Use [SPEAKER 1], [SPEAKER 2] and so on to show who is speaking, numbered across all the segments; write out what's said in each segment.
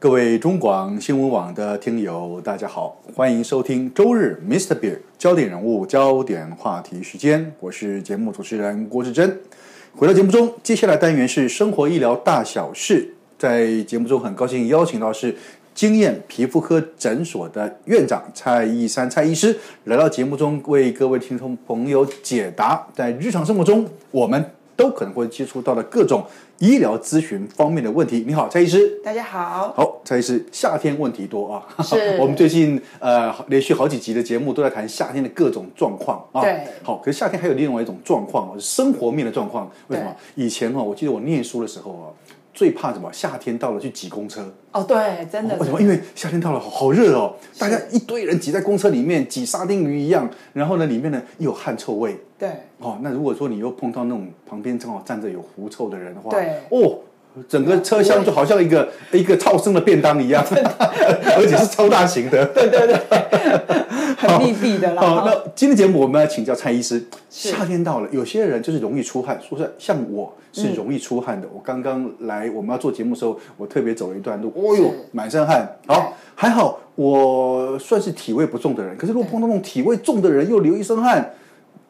[SPEAKER 1] 各位中广新闻网的听友，大家好，欢迎收听周日 Mr. Beer 焦点人物、焦点话题时间，我是节目主持人郭志珍。回到节目中，接下来单元是生活医疗大小事，在节目中很高兴邀请到是经验皮肤科诊所的院长蔡义山蔡医师来到节目中为各位听众朋友解答在日常生活中我们都可能会接触到的各种医疗咨询方面的问题。你好，蔡医师。
[SPEAKER 2] 大家好，
[SPEAKER 1] 好，蔡医师，夏天问题多啊。
[SPEAKER 2] 是
[SPEAKER 1] 我们最近呃连续好几集的节目都在谈夏天的各种状况啊。
[SPEAKER 2] 对
[SPEAKER 1] 好，可是夏天还有另外一种状况哦，是生活面的状况。为什么？以前哦，我记得我念书的时候啊，最怕什么？夏天到了去挤公车。
[SPEAKER 2] 哦，对，真的
[SPEAKER 1] 为什么？因为夏天到了，好好热哦，大家一堆人挤在公车里面，挤沙丁鱼一样。然后呢，里面呢又有汗臭味。
[SPEAKER 2] 对，
[SPEAKER 1] 哦，那如果说你又碰到那种旁边正好站着有狐臭的人的话，
[SPEAKER 2] 对
[SPEAKER 1] 哦，整个车厢就好像一个一个超生的便当 一样， 而且是超大型的。
[SPEAKER 2] 很密闭的
[SPEAKER 1] 好，
[SPEAKER 2] 啦。
[SPEAKER 1] 那今天节目我们要请教蔡医师，
[SPEAKER 2] 是
[SPEAKER 1] 夏天到了，有些人就是容易出汗，说实在，像我
[SPEAKER 2] 嗯
[SPEAKER 1] 是容易出汗的。我刚刚来我们要做节目的时候，我特别走了一段路，哦
[SPEAKER 2] 是
[SPEAKER 1] 呦，满身汗。好，还好我算是体味不重的人，可是如果碰到那种体味重的人，又流一身汗，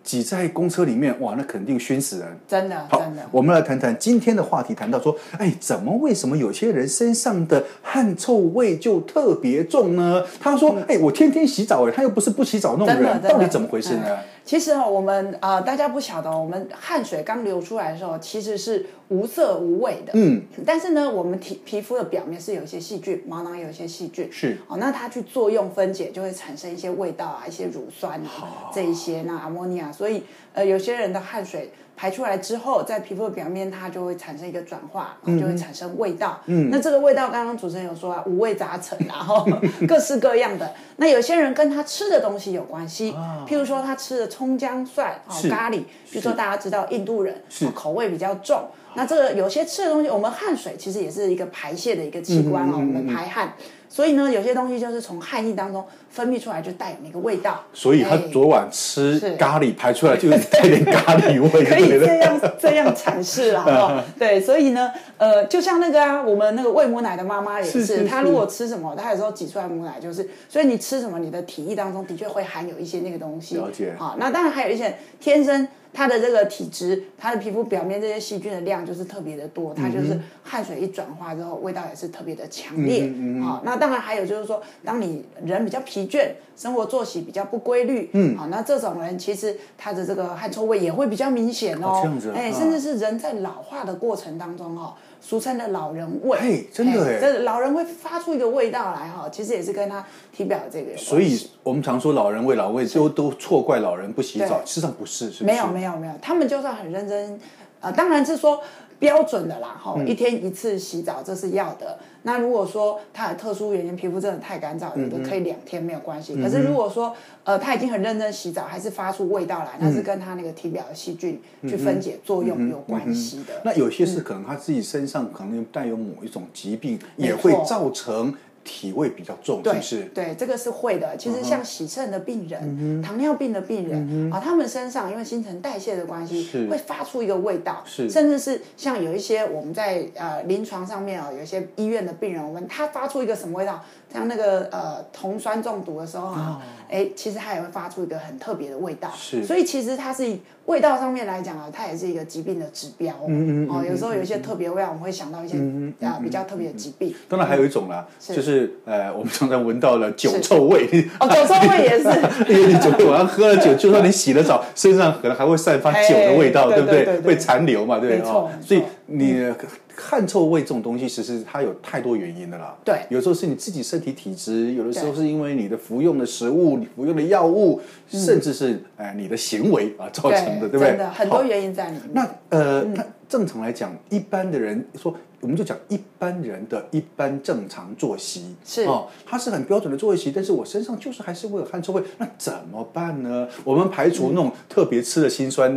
[SPEAKER 1] 挤在公车里面，哇，那肯定熏死人。
[SPEAKER 2] 真的，
[SPEAKER 1] 好
[SPEAKER 2] 真的，，
[SPEAKER 1] 我们来谈谈今天的话题，谈到说，哎，怎么为什么有些人身上的汗臭味就特别重呢？他说，哎，我天天洗澡，哎，他又不是不洗澡那种
[SPEAKER 2] 嗯真的
[SPEAKER 1] 人，
[SPEAKER 2] 真的
[SPEAKER 1] 到底怎么回事呢？
[SPEAKER 2] 其实哦，我们啊、呃大家不晓得哦，我们汗水刚流出来的时候，其实是无色无味的。
[SPEAKER 1] 嗯，
[SPEAKER 2] 但是呢，我们体皮肤的表面是有一些细菌，毛囊有一些细菌。
[SPEAKER 1] 是
[SPEAKER 2] 哦，那它去作用分解，就会产生一些味道啊，一些乳酸啊，这一些那阿莫尼亚，所以呃，有些人的汗水排出来之后，在皮肤的表面它就会产生一个转化，然后就会产生味道。嗯，那这个味道刚刚主持人有说啊，五味杂陈啊，然后 各式各样的。那有些人跟他吃的东西有关系，譬如说他吃的葱姜蒜哦
[SPEAKER 1] 啊是
[SPEAKER 2] 咖喱，比如说大家知道印度人
[SPEAKER 1] 是
[SPEAKER 2] 哦口味比较重，那这个有些吃的东西，我们汗水其实也是一个排泄的一个器官哦，
[SPEAKER 1] 嗯
[SPEAKER 2] 我们排汗。所以呢，有些东西就是从汗液当中分泌出来，就带有那个味道。
[SPEAKER 1] 所以他
[SPEAKER 2] 哎
[SPEAKER 1] 昨晚吃
[SPEAKER 2] 是
[SPEAKER 1] 咖喱排出来就是带点咖喱味，
[SPEAKER 2] 可以
[SPEAKER 1] 对不
[SPEAKER 2] 这
[SPEAKER 1] 对
[SPEAKER 2] 样 这样阐释啦，哦，对，所以呢，呃，就像那个啊，我们那个喂母奶的妈妈也
[SPEAKER 1] 是是
[SPEAKER 2] 是，她
[SPEAKER 1] 是
[SPEAKER 2] 如果吃什么，她有时候挤出来母奶就是，所以你吃什么，你的体液当中的确会含有一些那个东西。
[SPEAKER 1] 了解
[SPEAKER 2] 好，那当然还有一些天生。她的这个体质，她的皮肤表面这些细菌的量就是特别的多，它
[SPEAKER 1] 嗯
[SPEAKER 2] 就是汗水一转化之后，味道也是特别的强烈。好、
[SPEAKER 1] 嗯
[SPEAKER 2] 那当然还有就是说，当你人比较疲倦，生活作息比较不规律，嗯，好、那这种人其实他的这个汗臭味也会比较明显哦。
[SPEAKER 1] 这样子啊
[SPEAKER 2] 哎，甚至是人在老化的过程当中哦，俗称的老人味，
[SPEAKER 1] 嘿真的哎
[SPEAKER 2] 这老人会发出一个味道来哈、其实也是跟他体表这个有关系。
[SPEAKER 1] 所以我们常说老人为老味，都都错怪老人不洗澡，事实上不是，是不是？
[SPEAKER 2] 没有没有没有，他们就算很认真，呃，当然是说标准的啦，
[SPEAKER 1] 嗯
[SPEAKER 2] 哈、一天一次洗澡这是要的。那如果说他有特殊原因，皮肤真的太干燥，
[SPEAKER 1] 嗯
[SPEAKER 2] 有的可以两天没有关系。可是如果说呃他已经很认真洗澡，还是发出味道来，那是跟他那个体表的细菌去分解作用有关系的。
[SPEAKER 1] 那有些是可能他自己身上可能带有某一种疾病，
[SPEAKER 2] 嗯没
[SPEAKER 1] 也
[SPEAKER 2] 错
[SPEAKER 1] 会造成体味比较重，是
[SPEAKER 2] 对，
[SPEAKER 1] 不是？嗯
[SPEAKER 2] 对，这个是会的。其实像洗肾的病人、糖尿病的病人啊，他们身上因为新陈代谢的关系
[SPEAKER 1] 是，
[SPEAKER 2] 会发出一个味道，
[SPEAKER 1] 是
[SPEAKER 2] 甚至是像有一些我们在呃临床上面哦，有一些医院的病人，我们他发出一个什么味道？像那个呃酮酸中毒的时候啊，哎、其实它也会发出一个很特别的味道。
[SPEAKER 1] 哦是
[SPEAKER 2] 所以其实它是味道上面来讲啊，它也是一个疾病的指标哦。
[SPEAKER 1] 嗯
[SPEAKER 2] 哦，有时候有一些特别味道，我们会想到一些啊比较特别的疾病。
[SPEAKER 1] 当然还有一种啦，
[SPEAKER 2] 是
[SPEAKER 1] 就是呃，我们常常闻到了酒臭味，
[SPEAKER 2] 哦，酒臭味也是。
[SPEAKER 1] 因为你酒晚上喝了 酒，就算你洗了澡，身上可能还会散发酒的味道，
[SPEAKER 2] 哎
[SPEAKER 1] 对不对？
[SPEAKER 2] 对对对对
[SPEAKER 1] 会残留嘛，对不
[SPEAKER 2] 没
[SPEAKER 1] 对？
[SPEAKER 2] 错
[SPEAKER 1] 哦
[SPEAKER 2] 没错
[SPEAKER 1] 所以你汗臭味这种东西，其实它有太多原因的啦。
[SPEAKER 2] 对
[SPEAKER 1] 有时候是你自己身体体质，有的时候是因为你的服用的食物、你服用的药物，甚至是哎你的行为啊造成的，对不对？
[SPEAKER 2] 嗯真的很
[SPEAKER 1] 好
[SPEAKER 2] 多原因在里面。
[SPEAKER 1] 那呃，
[SPEAKER 2] 嗯
[SPEAKER 1] 那正常来讲，一般的人说，我们就讲一般人的一般正常作息
[SPEAKER 2] 是
[SPEAKER 1] 哦，它是很标准的作息，但是我身上就是还是会有汗臭味，那怎么办呢？我们排除那种特别吃了辛酸。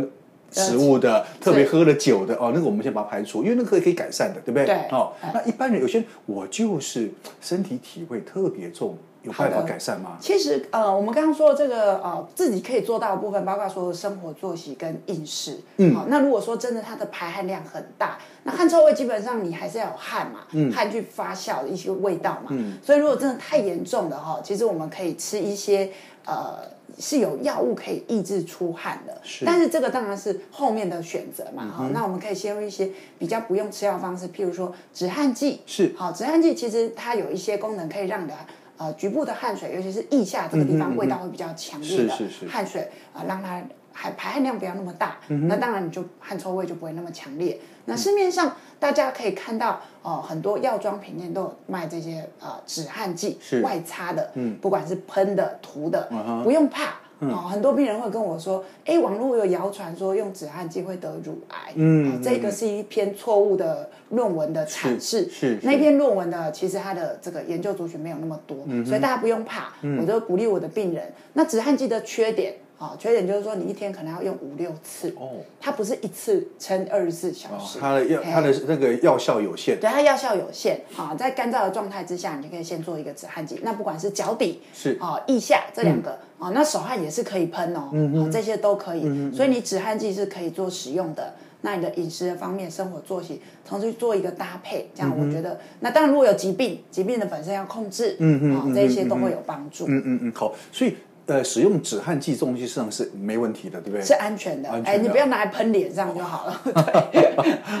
[SPEAKER 2] 呃
[SPEAKER 1] 食物的，特别喝了酒的哦，那个我们先把它排除，因为那个可以改善的，对不对？
[SPEAKER 2] 对哎
[SPEAKER 1] 哦，那一般人有些人我就是身体体味特别重，有办法
[SPEAKER 2] 好的
[SPEAKER 1] 改善吗？
[SPEAKER 2] 其实呃，我们刚刚说的这个呃，自己可以做到的部分，包括说生活作息跟饮食。嗯，好、那如果说真的它的排汗量很大，那汗臭味基本上你还是要有汗嘛，
[SPEAKER 1] 嗯
[SPEAKER 2] 汗去发酵的一些味道嘛。嗯，所以如果真的太严重了哈，其实我们可以吃一些呃。是有药物可以抑制出汗的，
[SPEAKER 1] 是嗯
[SPEAKER 2] 但是这个当然是后面的选择嘛，哈、那我们可以先用一些比较不用吃药的方式，譬如说止汗剂，
[SPEAKER 1] 是
[SPEAKER 2] 好，止汗剂其实它有一些功能可以让你的呃局部的汗水，尤其是腋下这个地
[SPEAKER 1] 嗯
[SPEAKER 2] 方味道会比较强烈的
[SPEAKER 1] 是是是嗯
[SPEAKER 2] 汗水啊、呃让它还排汗量不要那么大，那当然你就汗臭味就不会那么强烈。那市面上大家可以看到哦、呃很多药妆品店都有卖这些呃止汗剂
[SPEAKER 1] 是，嗯
[SPEAKER 2] 外擦的，不管是喷的、涂的，不用怕。哦，很多病人会跟我说，哎，网络有谣传说用止汗剂会得乳癌，
[SPEAKER 1] 嗯
[SPEAKER 2] 哦这个是一篇错误的论文的阐释，
[SPEAKER 1] 是是
[SPEAKER 2] 那篇论文呢，其实它的这个研究族群没有那么多，所以大家不用怕，我就鼓励我的病人。那止汗剂的缺点啊、缺点就是说你一天可能要用五六次，
[SPEAKER 1] 哦，
[SPEAKER 2] 它不是一次撑二十四小
[SPEAKER 1] 哦
[SPEAKER 2] 时，
[SPEAKER 1] 它的药，
[SPEAKER 2] 嘿
[SPEAKER 1] 它的那个药效有限，
[SPEAKER 2] 哎对它药效有限啊，在干燥的状态之下，你就可以先做一个止汗剂。那不管是脚底
[SPEAKER 1] 是
[SPEAKER 2] 啊、腋下
[SPEAKER 1] 嗯
[SPEAKER 2] 这两个啊，那手汗也是可以喷哦，啊这些都
[SPEAKER 1] 嗯
[SPEAKER 2] 可以。所以你止汗剂是可以做使用的。那你的饮食的方面、生活作息，同时做一个搭配，
[SPEAKER 1] 嗯
[SPEAKER 2] 这样我觉得，那当然如果有疾病，疾病的本身要控制，嗯啊，这一些都会有帮助，
[SPEAKER 1] 嗯嗯嗯，好，所以呃，使用止汗剂这种东西实际上是没问题的，对不对？
[SPEAKER 2] 是安全的。
[SPEAKER 1] 安全
[SPEAKER 2] 哎，你
[SPEAKER 1] 的
[SPEAKER 2] 不要拿来喷脸上就好了。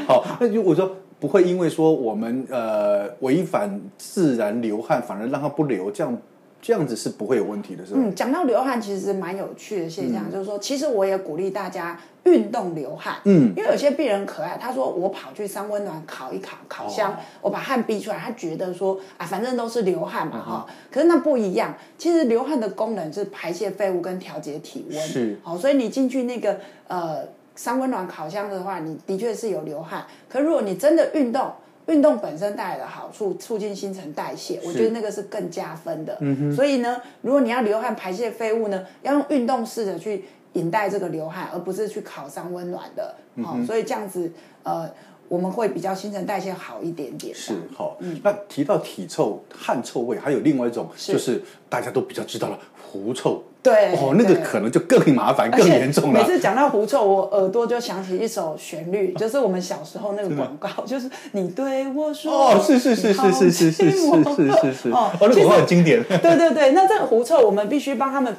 [SPEAKER 1] 好，那如果说不会因为说我们呃违反自然流汗，反而让它不流，这样这样子是不会有问题的，是吧？
[SPEAKER 2] 嗯，讲到流汗，其实蛮有趣的现
[SPEAKER 1] 嗯
[SPEAKER 2] 象，就是说，其实我也鼓励大家运动流汗。嗯，因为有些病人可爱，他说我跑去三温暖烤一烤烤箱，
[SPEAKER 1] 哦
[SPEAKER 2] 我把汗逼出来，他觉得说啊，反正都是流汗
[SPEAKER 1] 嗯
[SPEAKER 2] 嘛哈、可是那不一样，其实流汗的功能是排泄废物跟调节体温。
[SPEAKER 1] 是
[SPEAKER 2] 好、哦所以你进去那个呃三温暖烤箱的话，你的确是有流汗。可如果你真的运动，运动本身带来的好处，促进新陈代谢，我觉得那个是更加分的。
[SPEAKER 1] 嗯
[SPEAKER 2] 所以呢，如果你要流汗排泄废物呢，要用运动式的去引带这个流汗，而不是去烤三温暖的。
[SPEAKER 1] 嗯
[SPEAKER 2] 好、所以这样子呃，我们会比较新陈代谢好一点点。
[SPEAKER 1] 是好，那提到体臭、汗臭味，还有另外一种
[SPEAKER 2] 嗯是
[SPEAKER 1] 就是大家都比较知道了，狐臭。
[SPEAKER 2] 对
[SPEAKER 1] 哦，那个
[SPEAKER 2] 对
[SPEAKER 1] 可能就更麻烦、更严重
[SPEAKER 2] 每
[SPEAKER 1] 了。
[SPEAKER 2] 次讲到狐臭，我耳朵就想起一首旋律，就是我们小时候那个广告，就是你对我说，
[SPEAKER 1] 哦，是是是是是是是是是是是，哦，那个广告很经典。
[SPEAKER 2] 对对对，那这个狐臭我们必须帮他们。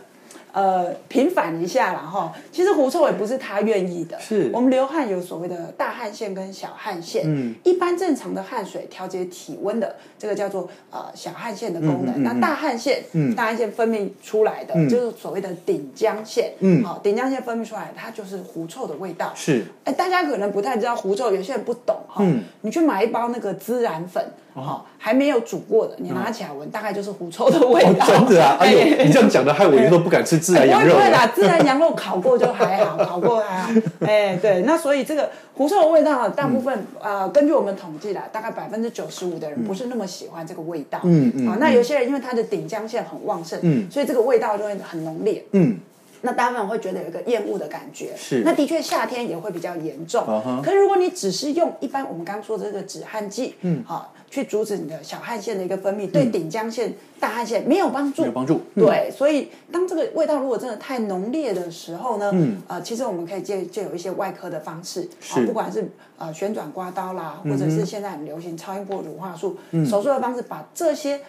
[SPEAKER 2] 呃，平反一下啦哈。其实狐臭也不是他愿意的，
[SPEAKER 1] 是
[SPEAKER 2] 我们流汗有所谓的大汗腺跟小汗腺。嗯，一般正常的汗水调节体温的，这个叫做呃小汗腺的功能。那大汗腺，嗯，大汗腺分泌出来的、就是所谓的顶浆腺。嗯，好、顶浆腺分泌出来，它就是狐臭的味道。
[SPEAKER 1] 是
[SPEAKER 2] 哎，大家可能不太知道狐臭，有些人不懂哈、
[SPEAKER 1] 嗯
[SPEAKER 2] 你去买一包那个孜然粉，哈、
[SPEAKER 1] 哦
[SPEAKER 2] 还没有煮过的，你拿起来闻，大概就是狐臭的味
[SPEAKER 1] 嗯哦，
[SPEAKER 2] 道。
[SPEAKER 1] 真的啊！哎呦，
[SPEAKER 2] 哎
[SPEAKER 1] 你这样讲的，害我以后都不敢吃孜然
[SPEAKER 2] 不
[SPEAKER 1] 羊
[SPEAKER 2] 会
[SPEAKER 1] 肉
[SPEAKER 2] 不会
[SPEAKER 1] 了。
[SPEAKER 2] 啦，孜然羊肉烤过就还好，烤过还好。哎，对，那所以这个狐臭的味道啊，大部分
[SPEAKER 1] 嗯
[SPEAKER 2] 啊、呃根据我们统计啦，大概百分之九十五的人不是那么喜欢这个味道。嗯嗯。好、那有些人因为他的顶浆腺很旺盛，嗯，所以这个味道就会很浓烈。
[SPEAKER 1] 嗯，
[SPEAKER 2] 那大部分人会觉得有一个厌恶的感觉，
[SPEAKER 1] 是
[SPEAKER 2] 那的确夏天也会比较严重。
[SPEAKER 1] 啊哈
[SPEAKER 2] 可是如果你只是用一般我们刚说的这个止汗剂，嗯，好、去阻止你的小汗腺的一个分泌，对顶浆腺、大汗腺没有帮助，
[SPEAKER 1] 嗯没有帮助嗯
[SPEAKER 2] 对，所以当这个味道如果真的太浓烈的时候呢，嗯，呃，其实我们可以借借有一些外科的方式，
[SPEAKER 1] 是嗯
[SPEAKER 2] 啊不管是呃旋转刮刀啦，或者是现在很流行超音波乳化术、手术的方式，把这些。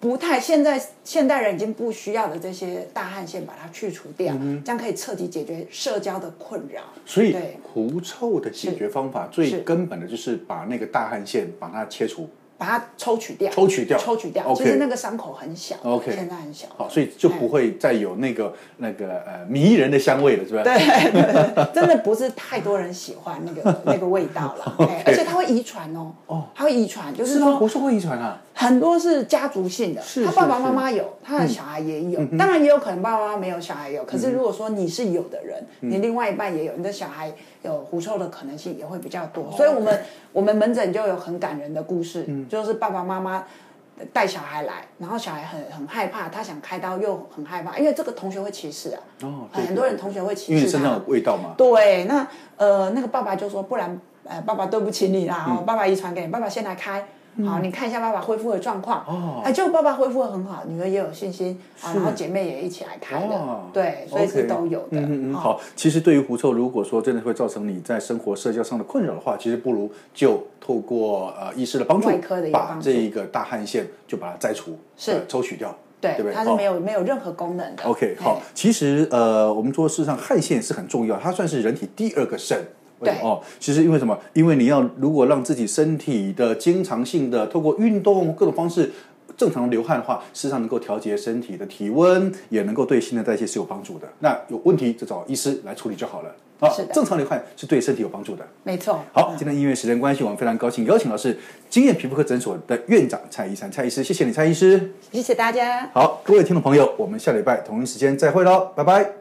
[SPEAKER 2] 不太现在现代人已经不需要的这些大汗腺，把它去除掉，
[SPEAKER 1] 嗯
[SPEAKER 2] 这样可以彻底解决社交的困扰。
[SPEAKER 1] 所以
[SPEAKER 2] 对
[SPEAKER 1] 狐臭的解决方法
[SPEAKER 2] 是
[SPEAKER 1] 最根本的就是把那个大汗腺把它切除。
[SPEAKER 2] 把它抽取掉，
[SPEAKER 1] 抽取掉
[SPEAKER 2] 抽取掉。
[SPEAKER 1] OK
[SPEAKER 2] 其实那个伤口很小
[SPEAKER 1] OK
[SPEAKER 2] 现在很小。
[SPEAKER 1] 好，所以就
[SPEAKER 2] 哎
[SPEAKER 1] 不会再有那个那个呃迷人的香味了，是吧？
[SPEAKER 2] 对， 对真的不是太多人喜欢那个那个味道 了，哎而且它会遗传哦，哦，它会遗传，就是
[SPEAKER 1] 是吗？
[SPEAKER 2] 说
[SPEAKER 1] 狐臭会遗传啊？
[SPEAKER 2] 很多是家族性的，
[SPEAKER 1] 是
[SPEAKER 2] 他爸爸
[SPEAKER 1] 是嗯
[SPEAKER 2] 妈妈有，他的小孩也有，当然也有可能爸爸妈妈没有，小孩有。可是如果说你是有的人，
[SPEAKER 1] 嗯
[SPEAKER 2] 你另外一半也有，你的小孩有狐臭的可能性
[SPEAKER 1] 哦嗯
[SPEAKER 2] 也会比较多。所以我们我们门诊就有很感人的故事，就是爸爸妈妈。带小孩来，然后小孩很很害怕，他想开刀又很害怕，因为这个同学会歧视啊，
[SPEAKER 1] 哦，对
[SPEAKER 2] 很多人同学
[SPEAKER 1] 因
[SPEAKER 2] 会
[SPEAKER 1] 为
[SPEAKER 2] 歧
[SPEAKER 1] 你
[SPEAKER 2] 视
[SPEAKER 1] 身上
[SPEAKER 2] 他
[SPEAKER 1] 有。味道嘛，
[SPEAKER 2] 对，那呃，那个爸爸就说，不然呃，爸爸对不起你
[SPEAKER 1] 嗯
[SPEAKER 2] 啦，哦，爸爸遗传给你，爸爸先来开。好，你看一下爸爸恢复的状况。
[SPEAKER 1] 哦
[SPEAKER 2] 哎，就爸爸恢复的很好，女儿也有信心啊，然后姐妹也一起来开的
[SPEAKER 1] 哦，
[SPEAKER 2] 对，所以是
[SPEAKER 1] OK
[SPEAKER 2] 都有的。
[SPEAKER 1] 嗯嗯嗯，
[SPEAKER 2] 哦
[SPEAKER 1] 好。其实对于狐臭，如果说真的会造成你在生活社交上的困扰的话，其实不如就透过呃医师的帮助
[SPEAKER 2] 外科的，一个
[SPEAKER 1] 把
[SPEAKER 2] 帮助
[SPEAKER 1] 这一个大汗腺就把它摘除，
[SPEAKER 2] 是
[SPEAKER 1] 呃抽取掉，对不
[SPEAKER 2] 对，
[SPEAKER 1] 对？
[SPEAKER 2] 它是
[SPEAKER 1] 哦
[SPEAKER 2] 没有没有任何功能的。
[SPEAKER 1] OK，
[SPEAKER 2] 哎
[SPEAKER 1] 好，其实呃，我们说事实上汗腺是很重要，它算是人体第二个肾。为什么
[SPEAKER 2] 对
[SPEAKER 1] 哦，其实因为什么？因为你要如果让自己身体的经常性的透过运动各种方式正常流汗的话，事实上能够调节身体的体温，也能够对新陈代谢是有帮助的。那有问题就找医师来处理就好了。啊
[SPEAKER 2] 是，的
[SPEAKER 1] 正常流汗是对身体有帮助的。
[SPEAKER 2] 没错。
[SPEAKER 1] 好，今天因为时间关系，我们非常高兴邀请到是经验皮肤科诊所的院长蔡医生，蔡医师，谢谢你，蔡医师。
[SPEAKER 2] 谢谢大家。
[SPEAKER 1] 好，各位听众朋友，我们下礼拜同一时间再会喽，拜拜。